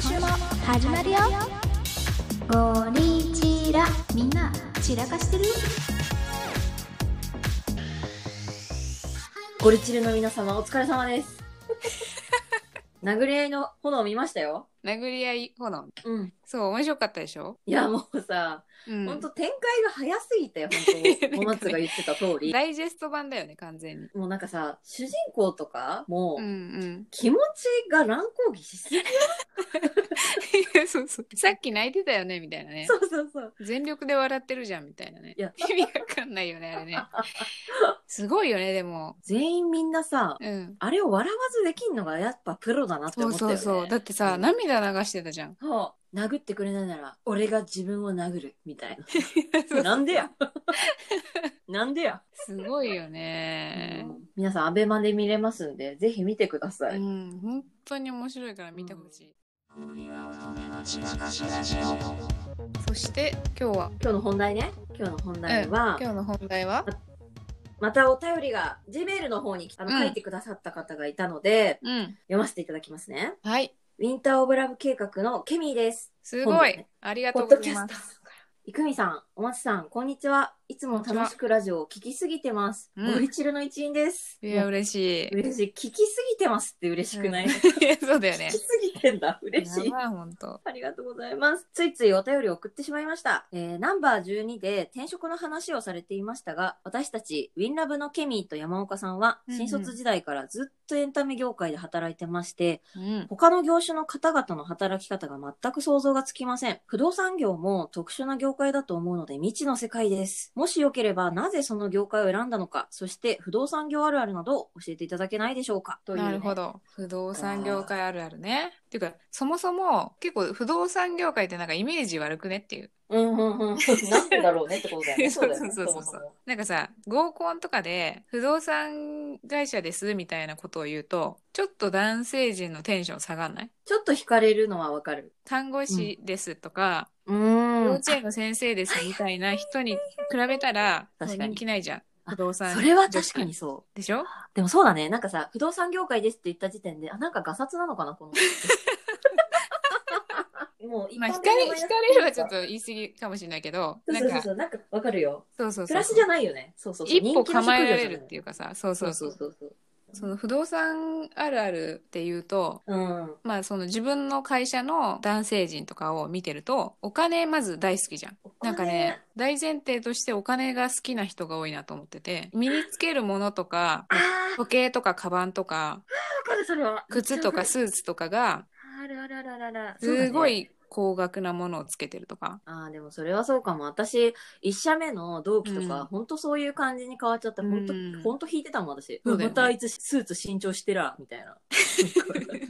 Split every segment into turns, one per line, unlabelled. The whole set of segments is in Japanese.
週も始まるよ
ゴリチラみんな散らかしてる
ゴリチルの皆様お疲れ様 です。殴り合いの炎見ましたよ。
殴り合い炎
うん。
そう面白かったでしょ、
いやもうさ、
うん、
ほんと展開が早すぎ たよ、本当。
なんかね
もなつが言ってた通り。
ダイジェスト版だよね完全に
もうなんかさ、主人公とかも
う
うん
うん
気持ちが乱高下しすぎ、
いやそうそうさっき泣いてたよねみたいなね
そうそうそう。
全力で笑ってるじゃんみたいなね
いや
意味わかんないよねあれ ねすごいよねでも
全員みんなさ、
うん
あれを笑わずできんのがやっぱプロだなって
そう
思ったよ
そ
ね。
うそうだってさ、
うん
涙流してたじゃん
そう殴ってくれないなら、俺が自分を殴る、みたい な。なんでや なんでや、
すごいよね
うん皆さん、アベマで見れますんで、ぜひ見てください。
うん本当に面白いから見てほしい、そして今日は
今日の本題ね今日の本題は、
今日の本題は
またお便りが G メールの方にあの
うん
書いてくださった方がいたので、
うん
読ませていただきますね
はい
ウィンター・オブ・ラブ計画のケミーです
す
今
ご
度
い、
ね
ありが
ポ
と
ッ
うござ
ドキ
い
ャス
ま
ター
す。
いくみさんおまつさんこんにちはいつも楽しくラジオを聞きすぎてます
こんにちは
ゴリチルの一員です、
いや
もう
嬉しい。
嬉しい聞きすぎてますって嬉しくない、
うん
聞
やそうだよね
き。すぎてんだ嬉しい
やばい本当。
ありがとうございます。ついついお便りを送ってしまいました。えーナンバー12で転職の話をされていましたが、私たち、ウィンラブのケミーと山岡さんは、
うんうん
新卒時代からずっとエンタメ業界で働いてまして、
うん。
他の業種の方々の働き方が全く想像がつきません。不動産業も特殊な業界だと思うので未知の世界です。もしよければなぜその業界を選んだのか、そして不動産業あるあるなどを教えていただけないでしょうか。というね、
なるほど。不動産業界あるあるね。っていうか、そもそも結構不動産業界ってなんかイメージ悪くねっていう。
うんうんうん。なんでだろうねってこと だよね。
そう
だ
そうそうそう
よねもも
なんかさ、合コンとかで不動産会社ですみたいなことを言うと、ちょっと男性陣のテンション下がんない
ちょっと惹かれるのはわかる。
看護師ですとか、
う
幼
ん。
稚園の先生ですみたいな人に比べたら、も
確
う
かに
人気ないじゃん。
あ
不動産。
それは確かに。そう。
でしょ
でもそうだね。なんかさ、不動産業界ですって言った時点で、あ、なんかガサツなのかな、 この人。もう一
まあ、
般
惹か
的
れ、惹
な
かれるはちょっ
そ
と言い過ぎかもしれないけど、
う
なん
そう
か、
そう。なんかわかるよ。
そうそうそう。
プラスじゃないよね。そうそうそう。
一歩構えられるって
い
い
う。
うかさ、そう
そ
そうう
そ
そうう。
そうそう。
その不動産あるあるっていうと、
うん。
まあその自分の会社の男性陣とかを見てると、お金まず大好きじゃん。なんかね、大前提としてお金が好きな人が多いなと思ってて、身につけるものとか、
あー、
時計とかカバンとか、
わかる、それは。
靴とかスーツとかが、
あるあるあるあるある。
すご
そうだね。
い高額なものをつけてると か。
ああ、でもそれはそうかも。私、一社目の同期と
う
か
ん、
ほんとそういう感じに変わっちゃって、ほんと
うん、
ほんと引いてたもん、私。
そうだよね
またあいつスーツ新調してら、みたいな。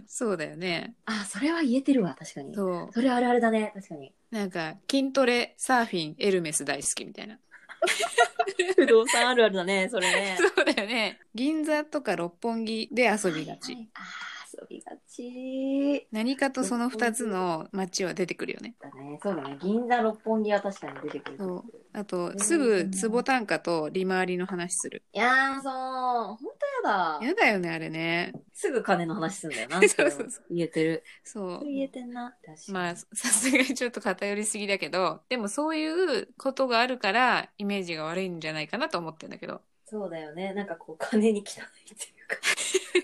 そうだよね。
あ、それは言えてるわ、確かに。
そう。
それあるあるだね、確かに。
なんか、筋トレ、サーフィン、エルメス大好きみたいな。
不動産あるあるだね、 それね。
そうだよね。銀座とか六本木で遊びがち。
はいはいあー遊びがち
何かとその二つの街は出てくるよね。
だね。そうだね。銀座六本木は確かに出てくる。
そうあと、
ん
すぐ坪単価と利回りの話する。
いやー、そう。ほんとやだ。
やだよね、あれね。
すぐ金の話すんだよな。
そうそうそ
言えてる。
そ
言えてんな。確か
う。
に
まあ、さすがにちょっと偏りすぎだけど、でもそういうことがあるから、イメージが悪いんじゃないかなと思ってんだけど。
そうだよね。なんかこう、金に汚いって いうか。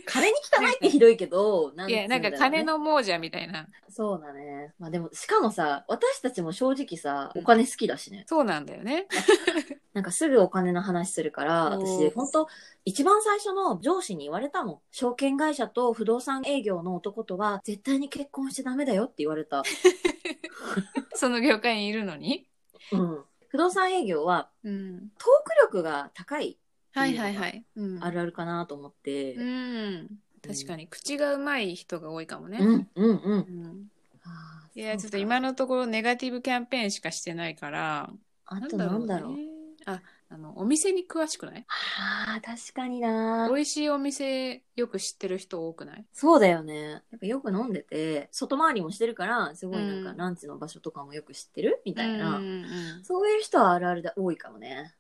金に汚いってひどいけど、ない
や、なんか金。の亡者みたいな。
そうだね。まあでも、しかもさ、私たちも正直さ、お金好きだしね。
そうなんだよね。
なんかすぐお金の話するから、
おー
私、本当一番最初の上司に言われたもん。証券会社と不動産営業の男とは、絶対に結婚しちゃダメだよって言わ れた。
その業界にいるのに。
うん。不動産営業は、
うん。
トーク力が高い、
はいはいはい。うん
あるあるかなと思って。
うん。確かに、口がうまい人が多いかもね。
うん、うん、うん。
うん
あー
いや、ちょっと今。のところネガティブキャンペーンしかしてないから、
そうかあとなんだろう。
ねあ、あの、お店に詳しくない
ああ、確かにな。
美味しいお店よく知ってる人多くない
そうだよね。やっぱよく飲んでて、外回りもしてるから、すごいなん
う
か
ん
ランチの場所とかもよく知ってるみたいな。
うんうんうん
そういう人はあるあるで多いかもね。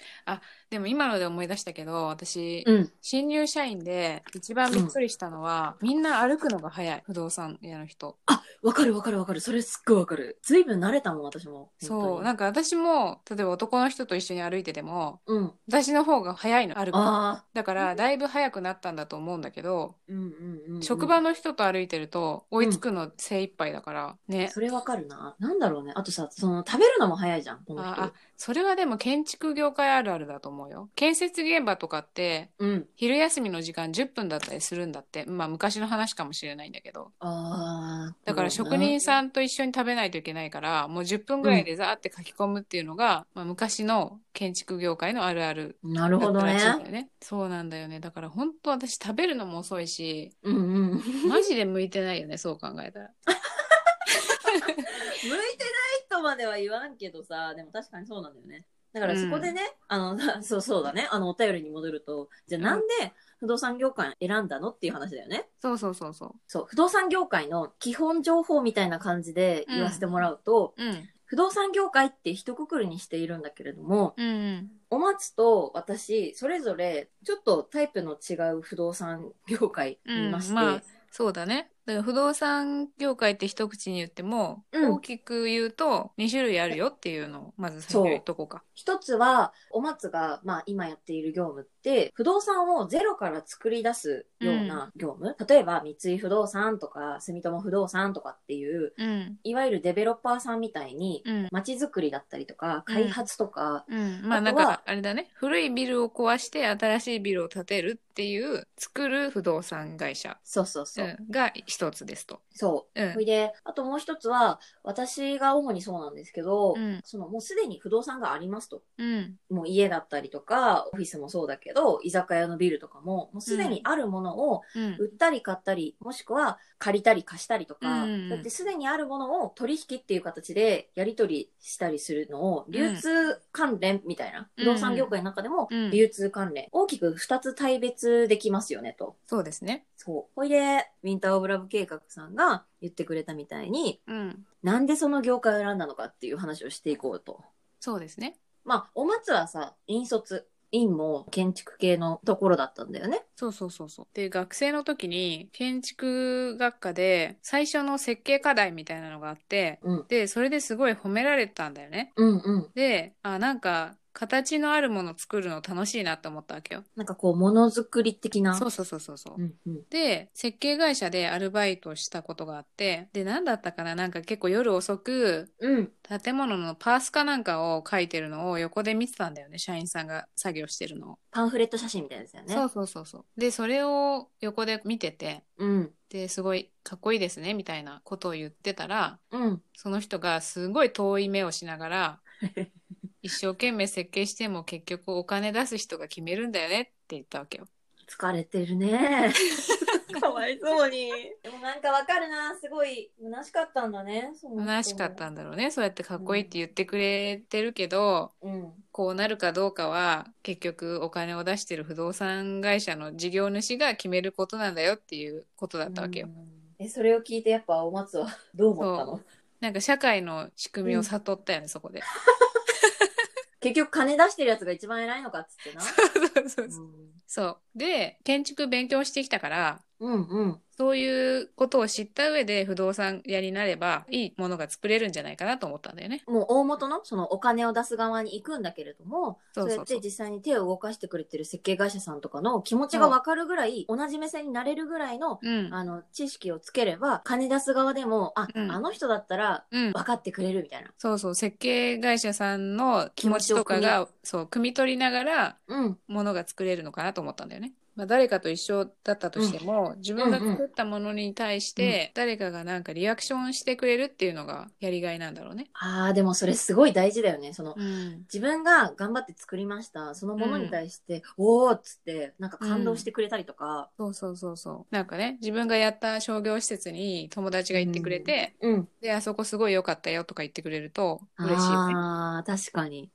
でも今ので思い出したけど、私、
うん。
新入社員で一番びっくりしたのは、みんな歩くのが早い。不動産屋の人。
わかるわかるわかる。それすっごいわかる。ずいぶん慣れたもん、私も。
そう。
な
なんか私も、例えば男の人と一緒に歩いてても、
うん。
私の方が早いの、歩くの。
ああ。
だから、だいぶ早くなったんだと思うんだけど、
うんうんうん、うん。
職場の人と歩いてると、追いつくの精一杯だから、ね。
それわかるな。なんだろうね。あとさ、その、食べるのも早いじゃん、この
ああ
人。、
それはでも建築業界あるあるだと思うよ。建設現場とかって、
うん。
昼休みの時間10分だったりするんだって。まあ昔の話かもしれないんだけど。
ああ。
だから職人さんと一緒に食べないといけないから、もう10分ぐらいでザーって書き込むっていうのが、まあ昔の建築業界のあるある
ん。なる
だ
ほ
っ
ど
たらしいんだ
ね。
よね。そうなんだよね。だから本当私食べるのも遅いし、
うんうん。向いて
マジで向いてないよね、そう考えたら。
ないとまでは言わんけどさ、でも確かにそうなんだよね。だからそこでね、あの、 そうそうだね。あの、お便りに戻ると、じゃあなんで不動産業界選んだのっていう話だよね。
そうそうそうそ
そう、不動産業界の基本情報みたいな感じで言わせてもらうと、
う。うん。
不動産業界って一括りにしているんだけれども、
うんうん。
お松と私、それぞれ、ちょっとタイプの違う不動産業界にいまして、
うんまあそうだね。だから不動産業界って一口に言っても、
うん
大きく言うと2種類あるよっていうのをまず先に言っとこうか。
一つは、お松が、まあ、今やっている業務って、不動産をゼロから作り出すような業務、例えば、三井不動産とか、住友不動産とかっていう、
うん。
いわゆるデベロッパーさんみたいに、
うん。
街づくりだったりとか、
うん
開発とか、
うん、まあ
あ
なん
とは
かあれだね古いビルを壊して新しいビルを建てるっていう作る不動産会社、
そうそう
う
そう、
ん、が一つですと。
そう、
う
ほい
ん
で、あともう一つは、私が主にそうなんですけど、
うん
そのもうすでに不動産がありますと。
うん
もう家だったりとか、オフィスもそうだけど、居酒屋のビルとかも、もうすでにあるものを
うん
売ったり買ったり、もしくは借りたり貸したりとか、
うんうん
だってすでにあるものを取引っていう形でやり取りしたりするのを、流通関連みたいな、
うん
不動産業界の中でも
うん
流通関連、大きく2つ対別できますよねと。
そうですね。
そう。ほいで、ウィンター・オブ・ラブ計画さんが言ってくれたみたいに、
うん、
なんでその業界を選んだのかっていう話をしていこうと。
そうですね。
まあ、お松はさ、引率。院も建築系のところだったんだよね。
そうそうそうそう。で学生の時に建築学科で最初の設計課題みたいなのがあって、
うん
でそれですごい褒められたんだよね。
うんうん。
であなんか形のあるもの作るの楽しいなと思ったわけよ。
なんかこう、ものづくり的な。
そうそうそうそうそう。
うんうん。
で、設計会社でアルバイトをしたことがあって、で、何だったかななんか結構夜遅く、
うん。
建物のパースかなんかを書いてるのを横で見てたんだよね、社員さんが作業してるのを。
パンフレット写真みたいですよね。
そうそうそうそう。で、それを横で見てて、
うん。
で、すごいかっこいいですね、みたいなことを言ってたら、
うん。
その人がすごい遠い目をしなが ら、一生懸命設計しても結局お金出す人が決めるんだよねって言ったわけよ。
疲れてる ね。かわいそうに。でもなんかわかるな。すごい、虚しかったんだね。その人も
虚しかっ。たんだろうね。そうやってかっこいいって言ってくれてるけど、
うん。
こうなるかどうかは結局お金を出してる不動産会社の事業主が決めることなんだよっていうことだったわけよ。
うんえ、それを聞いてやっぱお松はどう思ったの
なんか社会の仕組みを悟ったよね、そこで。
結局金出してるやつが一番偉いのかっつってな。
そうそうそう
う
そう。で、建築勉強してきたから、
んうん。
そういうことを知った上で不動産屋になればいいものが作れるんじゃないかなと思ったんだよね。
もう大元のそのお金を出す側に行くんだけれども、
そ
そうう
そ
や
う
っ
そ
て
う。
実際に手を動かしてくれてる設計会社さんとかの気持ちがわかるぐらい、同じ目線になれるぐらいの、
うん。
あの、知識をつければ、金出す側でも、あ、
うん
あの人だったら
うん。
分かってくれるみたいな。
そうそう。設計会社さんの気持ちとかが、そう、汲み取りながら
うん。
ものが作れるのかなと思ったんだよね。まあ、誰かと一緒だったとしても、自分が作ったものに対して、誰かがなんかリアクションしてくれるっていうのがやりがいなんだろうね。
ああ、でもそれすごい大事だよね。その、
うん。
自分が頑張って作りました。そのものに対して、おーっつって、なんか感動してくれたりとか。
そうそうそうそう。なんかね、自分がやった商業施設に友達が行ってくれて、
うん。
で、あそこすごい良かったよとか言ってくれると嬉しいよね。
ああ、確かに。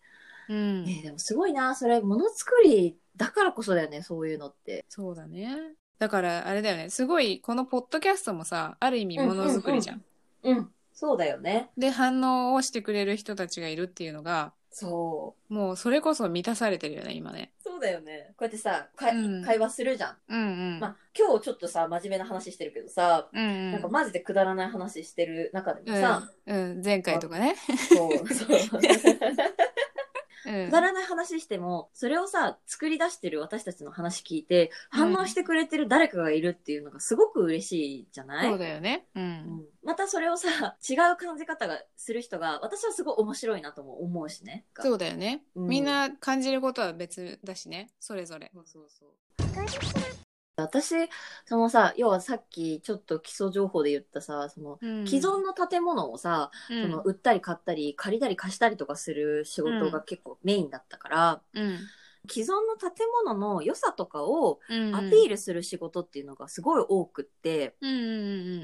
うん
えーでもすごいな、それ、ものづくりだからこそだよね、そういうのって。
そうだね。だから、あれだよね。すごい、このポッドキャストもさ、ある意味ものづくりじゃん。
うん、そうだよね。
で、反応をしてくれる人たちがいるっていうのが、
そう。
もうそれこそ満たされてるよね、今ね。
そうだよね。こうやってさ、か
うん
会話するじゃん。
うんうん。
まあ、今日ちょっとさ、真面目な話してるけどさ、
うんうん、
なんかマジでくだらない話してる中でもさ、
うん、前回とかね。
そう、 そう。
うん
くだらない話しても、それをさ、作り出してる私たちの話聞いて、反応してくれてる誰かがいるっていうのがすごく嬉しいじゃない、
そうだよね。う。
うんんまたそれをさ、違う感じ方がする人が、私はすごい面白いなとも思うしね。
そうだよね。
うん
みんな感じることは別だしね。それぞれ。
そうそうそう。私、そのさ、要はさっきちょっと基礎情報で言ったさ、その、
うん
既存の建物をさ、
うん
その売ったり買ったり借りたり貸したりとかする仕事が結構メインだったから、
うん
既存の建物の良さとかを
うん
アピールする仕事っていうのがすごい多くって、
うんうんう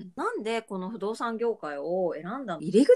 ん
なんでこの不動産業界を選んだ入り口っ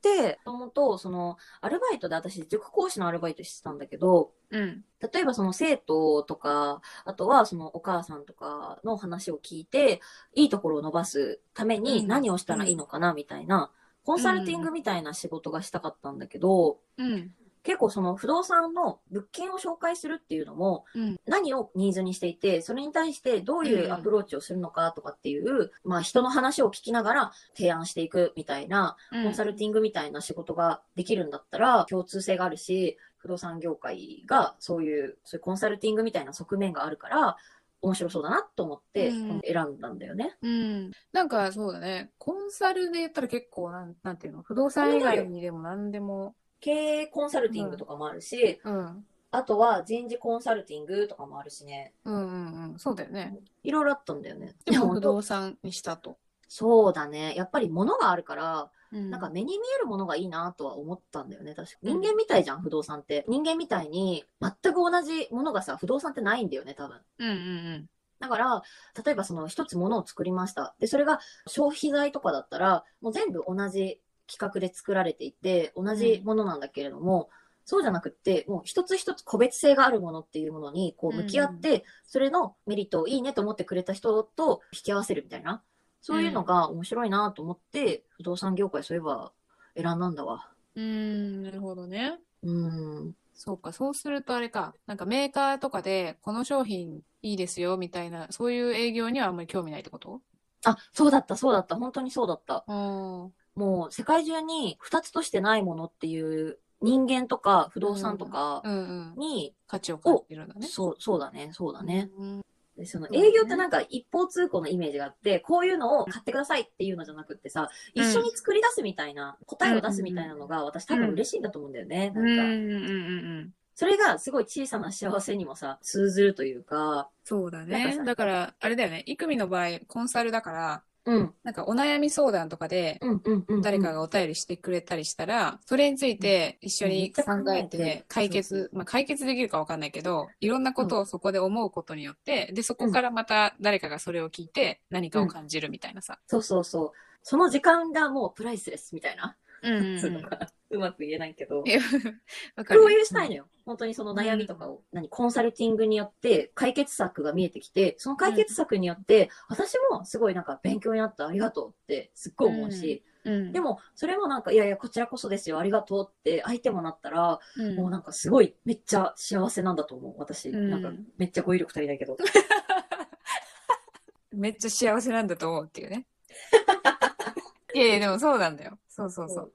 て、もともとそのアルバイトで私塾講師のアルバイトしてたんだけど、
うん。うん。
例えばその生徒とか、あとはそのお母さんとかの話を聞いて、いいところを伸ばすため
うん
に何をしたらいいのかなみたいな、コンサルティングみたいな仕事がしたかったんだけど、
うん。
結構その不動産の物件を紹介するっていうのも、
うん
何をニーズにしていて、それに対してどういうアプローチをするのかとかっていう、まあ人の話を聞きながら提案していくみたいなコンサルティングみたいな仕事ができるんだったら共通性があるし、不動産業界がそういう、そういうコンサルティングみたいな側面があるから、面白そうだなと思って
うん
選んだんだよね。
うん。なんかそうだね。コンサルで言ったら結構なん、なんていうの不動産以外にでも何でも。
経営コンサルティングとかもあるし、
うん。
あとは人事コンサルティングとかもあるしね。
うんうんうん。そうだよね。
いろいろあったんだよね。
でも不動産にしたと。
そうだね。やっぱり物があるから、
な
なんか、目に見えるものがいいなとは思ったんだよね、確か。人間みたいじゃん、不動産って。人間みたいに、全く同じものがさ、不動産ってないんだよね、多分。
うんうん
だから、例えばその一つものを作りました。で、それが消費財とかだったら、もう全部同じ企画で作られていて、同じものなんだけれども、そうじゃなくって、もう一つ一つ個別性があるものっていうものにこう向き合って、それのメリットをいいねと思ってくれた人と引き合わせるみたいな、そういうのが面白いなと思って、不動産業界そういえば選んだんだわ。
うん。うん、なるほどね。
うん。
そうか、そうするとあれか、なんかメーカーとかで、この商品いいですよ、みたいな、そういう営業にはあんまり興味ないってこと
あ、そうだった、そうだった、本当にそうだった。
うん。
もう世界中に二つとしてないものっていう人間とか不動産とか
うんうん。
に、
価値を感じるんだね。
そう、そうだね、そうだね。
うん。
でその
そうだね
営業ってなんか一方通行のイメージがあって、こういうのを買ってくださいっていうのじゃなくってさ、
うん
一緒に作り出すみたいな、答えを出すみたいなのが私多分嬉しいんだと思うんだよね。
うんうんう
なん
ん
か、
うん。
それがすごい小さな幸せにもさ、通ずるというか、
そうだ
なん
ね
か。さ
だから、あれだよね。イクミの場合、コンサルだから、
うん、
なんかお悩み相談とかで、
うん、うん、うん。
誰かがお便りしてくれたりしたら、それについて一緒に考え
うんめっちゃ考え
て
て、
解
そうそ
決、まあ解決できるかわかんないけど、いろんなことをそこで思うことによって、で、そこからまた誰かがそれを聞いて何かを感じるみたいなさ。
そうそうそう。その時間がもうプライスレスみたいな。
うんうん
つうのが うまく言えないけど。
えわかる。
共有したいのよ。本当にその悩みとかを、何、コンサルティングによって解決策が見えてきて、その解決策によって、私もすごいなんか勉強になった、ありがとうってすっごい思うし、
うん。
で
も、
も、それもなんか、いやいや、こちらこそですよ、ありがとうって相手もなったら、もうなんかすごい、めっちゃ幸せなんだと思う、私。
うん
なんか、めっちゃ語彙力足りないけど。
めっちゃ幸せなんだと思うっていう ね。いやいや、でもそうなんだよ。そうそうそう。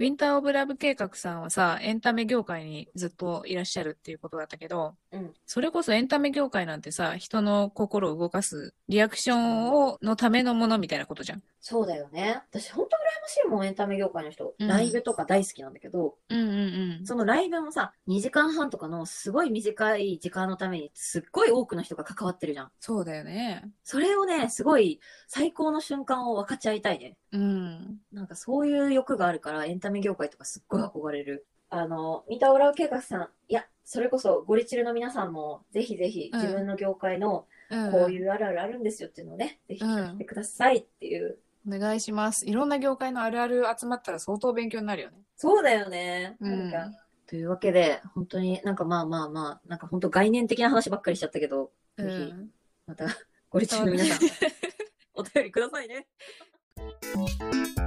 ウィンター・オブ・ラブ計画さんはさ、エンタメ業界にずっといらっしゃるっていうことだったけど、
うん
それこそエンタメ業界なんてさ、人の心を動かすリアクションをのためのものみたいなことじゃん。
そうだよね。私、本当羨ましいもん、エンタメ業界の人。
うん
ライブとか大好きなんだけど、
うんうん
そのライブもさ、2時間半とかのすごい短い時間のために、すっごい多くの人が関わってるじゃん。
そうだよね。
それをね、すごい最高の瞬間を分かち合いたいね。
うん。
なんかそういう欲があるから、エンタメ業界とかすっごい憧れる。あの、三田オラオ計画さん、いや、それこそゴリチルの皆さんも、ぜひぜひ
うん
自分の業界の
うん、
こういうあるあるあるんですよっていうのをね、ぜひ聞いてくださいっていう。
お願いします。いろんな業界のあるある集まったら相当勉強になるよね。
そうだよね。
うん
なんか、というわけで、本当になんかまあまあまあ、なんか本当概念的な話ばっかりしちゃったけど、
う
ぜひ
ん。
またご理解の皆さん、 お便りくださいね。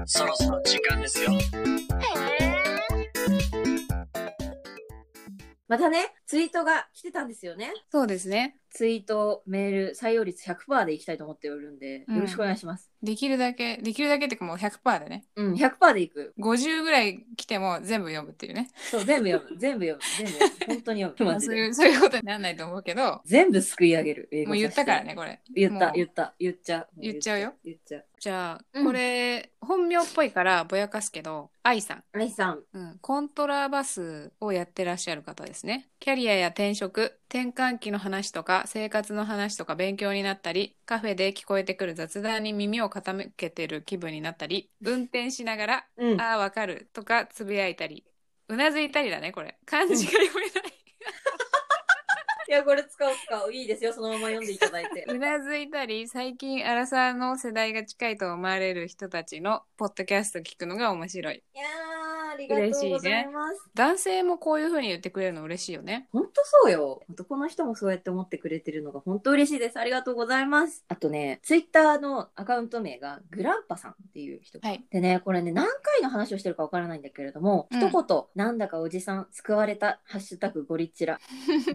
そろそろ時間ですよ。
またね、ツイートが来てたんですよね。
そうですね。
ツイート、メール、採用率100%でいきたいと思っておるんで、
うん
よろしくお願いします。
できるだけ、できるだけっていうかもう100%でね。
うん、100%でいく。
50ぐらい来ても全部読むっていうね。
そう、全 部読む。全部読む。全部読む。本当に読む。
ま
マ
あ
ジ
そう
で。
いう、 そういうことにならないと思うけど、
全部すくい上げる。英語
もう言ったからね、これ。
言っ
も
た、
う
言った、言っちゃう。も
言っちゃうよ。
言っちゃう。
じゃあ、
うん
これ、本名っぽいからぼやかすけど、愛さん。
愛さん。
うん、コントラバスをやってらっしゃる方ですね。キャリアや転職、転換期の話とか、生活の話とか勉強になったり、カフェで聞こえてくる雑談に耳を傾けてる気分になったり、運転しながら、
う ん。
ああ、わかるとかつぶやいたり、うなずいたりだね、これ。漢字が読めない。
いや、これ使おう使おう。いいですよ。そのまま読んでいただい て。
うなずいたり、最近、アラサーの世代が近いと思われる人たちのポッドキャスト聞くのが面白い。
いやー、ありがとうございます。
男性もこういう風に言ってくれるの嬉しいよね。
ほんとそうよ。男の人もそうやって思ってくれてるのが本当嬉しいです。ありがとうございます。あとね、ツイッターのアカウント名がグランパさんっていう人。
はい。
でね、これね、何回の話をしてるかわからないんだけれども、
うん
一言、なんだかおじさん救われた、ハッシュタグゴリッ チラ、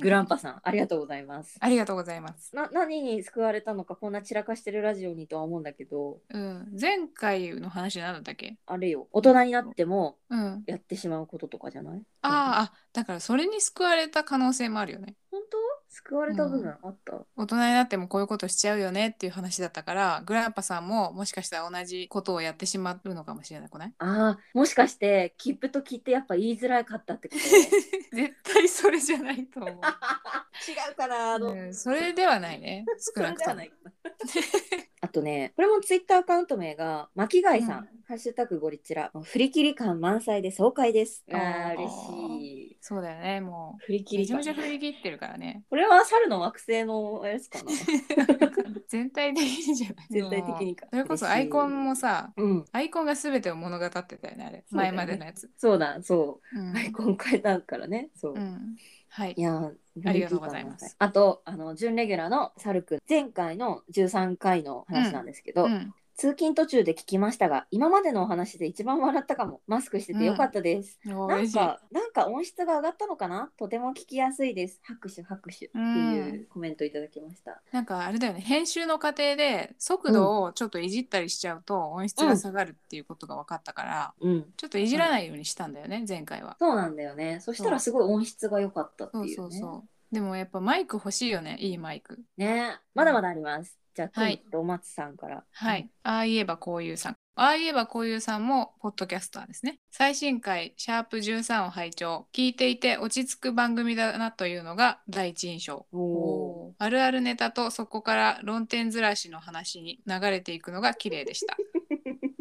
グランパさん、ありがとうございます。
ありがとうございます。
な何に救われたのかこんな散らかしてるラジオにとは思うんだけど
うん。前回の話何だったっけ
あれよ大人になっても
うん。あ
やってしまうこととかじゃない
あ、あ、だからそれに救われた可能性もあるよね。
本当救われた部分あった、
大人になってもこういうことしちゃうよねっていう話だったから、グランパさんももしかしたら同じことをやってしまうのかもしれないくない
ああもしかして切符と切ってやっぱ言いづらかったってこと
絶対それじゃないと思う。
違うかなあ
うん、それではない ね。少なくとも。
あとねこれもツイッターアカウント名が巻貝さん、ハッシュタグゴリチラもう振り切り感満載で爽快です
あー
あー嬉しい
そうだよね、も
振り
う。
切
め
り
ちゃ
感
めちゃ振り切ってるから ね。
これは猿の惑星のやつか な
全体的にじゃない
全体的にか
それこそアイコンもさ、
うん
アイコンが全てを物語ってたよね、あれ。
そうだ
前
よね
までのやつ。
そうだそううアイ
ん。
コン変えたからねそう、
うんはい
い。やー
ありがとうございます
あとあの準レギュラーのサルくん前回の13回の話なんですけど、
うん
通勤途中で聞きましたが今までのお話で一番笑ったかもマスクしててよかったです、
お
な
嬉
ん
しい。
かなんか音質が上がったのかなとても聞きやすいです拍手拍手っていうコメントいただきました、
なんかあれだよね、編集の過程で速度をちょっといじったりしちゃうと音質が下がるっていうことが分かったから、
うん
ちょっといじらないようにしたんだよね、前回は。
そうなんだよねそしたらすごい音質が良かったっていう
そう
ね
そうそう。でもやっぱマイク欲しいよね、いいマイク。
ねまだまだありますじゃあ、
はい
お松さんから
はい。ああ言えばこういうさん。ああ言えばこういうさんも、ポッドキャスターですね。最新回、シャープ13を拝聴。聞いていて落ち着く番組だなというのが第一印象。
おー
あるあるネタとそこから論点ずらしの話に流れていくのが綺麗で した。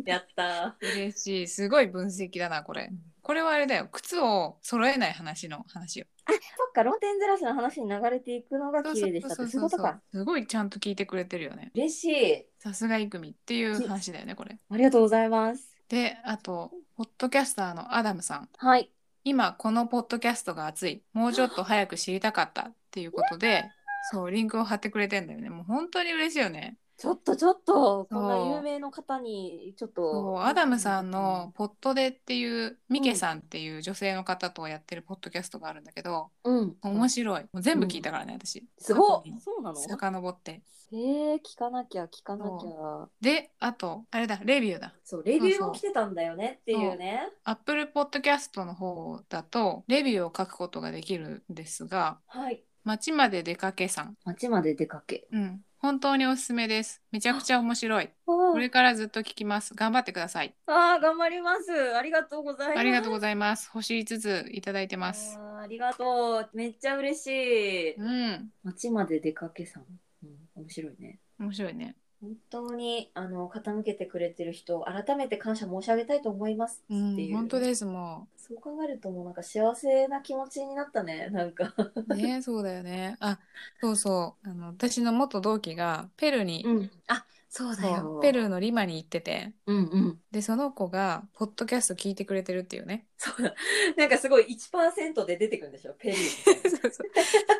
やった
嬉しい。すごい分析だな、これ。これはあれだよ。靴を揃えない話の話よ。
そっか、論点ずらしの話に流れていくのが綺麗でしたって、そういうことか。。
すごいちゃんと聞いてくれてるよね。
嬉しい。
さすがイクミっていう話だよね、これ。
ありがとうございます。
で、あと、ポッドキャスターのアダムさん。
はい。
今、このポッドキャストが熱い。もうちょっと早く知りたかったっていうことで、そう、リンクを貼ってくれてんだよね。もう本当に嬉しいよね。
ちょっとちょっと、こんな有名の方に、ちょっ
そ
と。
う、アダムさんの、ポッドでっていう、ミケさんっていう女性の方とやってるポッドキャストがあるんだけど、
うん。
面白い。もう全部聞いたからね、私。
すご
過去
い
に。
そうなの
遡って。
えー、聞かなきゃ、聞かなきゃ。
で、あと、あれだ、レビューだ。
そう、レビューも来てたんだよねっていうね。
Apple Podcast の方だと、レビューを書くことができるんですが、
はい。
街まで出かけさん。
街まで出かけ。
うん。本当におすすめです。めちゃくちゃ面白い。
あ
これからずっと聞きます。頑張ってください。
あー、頑張ります。ありがとうございます。
ありがとうご
ざい
ざいます。星5ついただいてます。。
ありがとう。めっちゃ嬉しい。
うん。
街まで出かけさん。うん、面白いね。
面白いね。
本当にあの傾けてくれてる人改めて感謝申し上げたいと思います
う
って
ん
い、う、
本当です、も
そう考えるともうなんか幸せな気持ちになったねなんか
う。ね、そうだよね。あ、そうそう。あの、私の元同期がペルに
うんあそうだ
そう
よ。
ペルーのリマに行ってて、
うんうん。
で、その子が、ポッドキャスト聞いてくれてるっていうね。
そうだ。なんかすごい1%で出てくるんでしょ、ペルー。
そうそう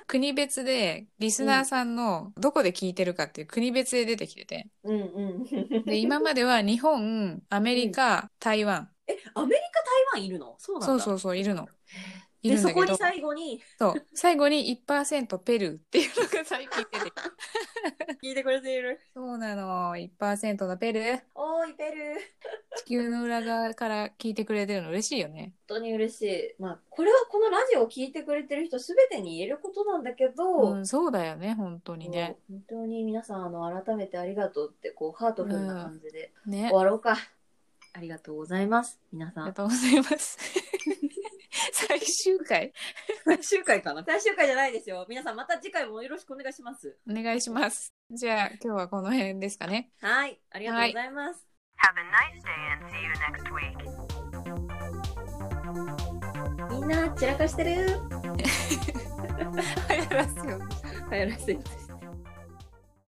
国別で、リスナーさんの、どこで聞いてるかっていう国別で出てきてて。
うん うん。
で、今までは日本、アメリカ、台湾。
え、アメリカ、台湾いるのそうなん
そう
だ。
そううそう、いるの。い
で、
るん
そ
だけ
こ
ど
に、最後に
そう、最後に1%ペルーっていうのが最近出てきて。
聞いてくれて いる。
そうなの、1%のペルー。
おーい、ペルー。
地球の裏側から聞いてくれてるの嬉しいよね。
本当に嬉しい。まあ、これはこのラジオを聞いてくれてる人すべてに言えることなんだけど、
うん、そうだよね、本当にね。
本当に皆さん、あの、改めてありがとうって、こう、ハートフルな感じで
ね
終。わろうか。ありがとうございます。皆
あ
さ
りが
ん。
とうございます。 最終回
最終回かな最終回じゃないですよ。皆さん、また次回もよろしくお願いします。
お願いします。じゃあ今日はこの辺ですかね。
はい。ありがとうございます。
Have a nice day and see you next week.
みんな散らかしてる
流行らせよう
流行らせてる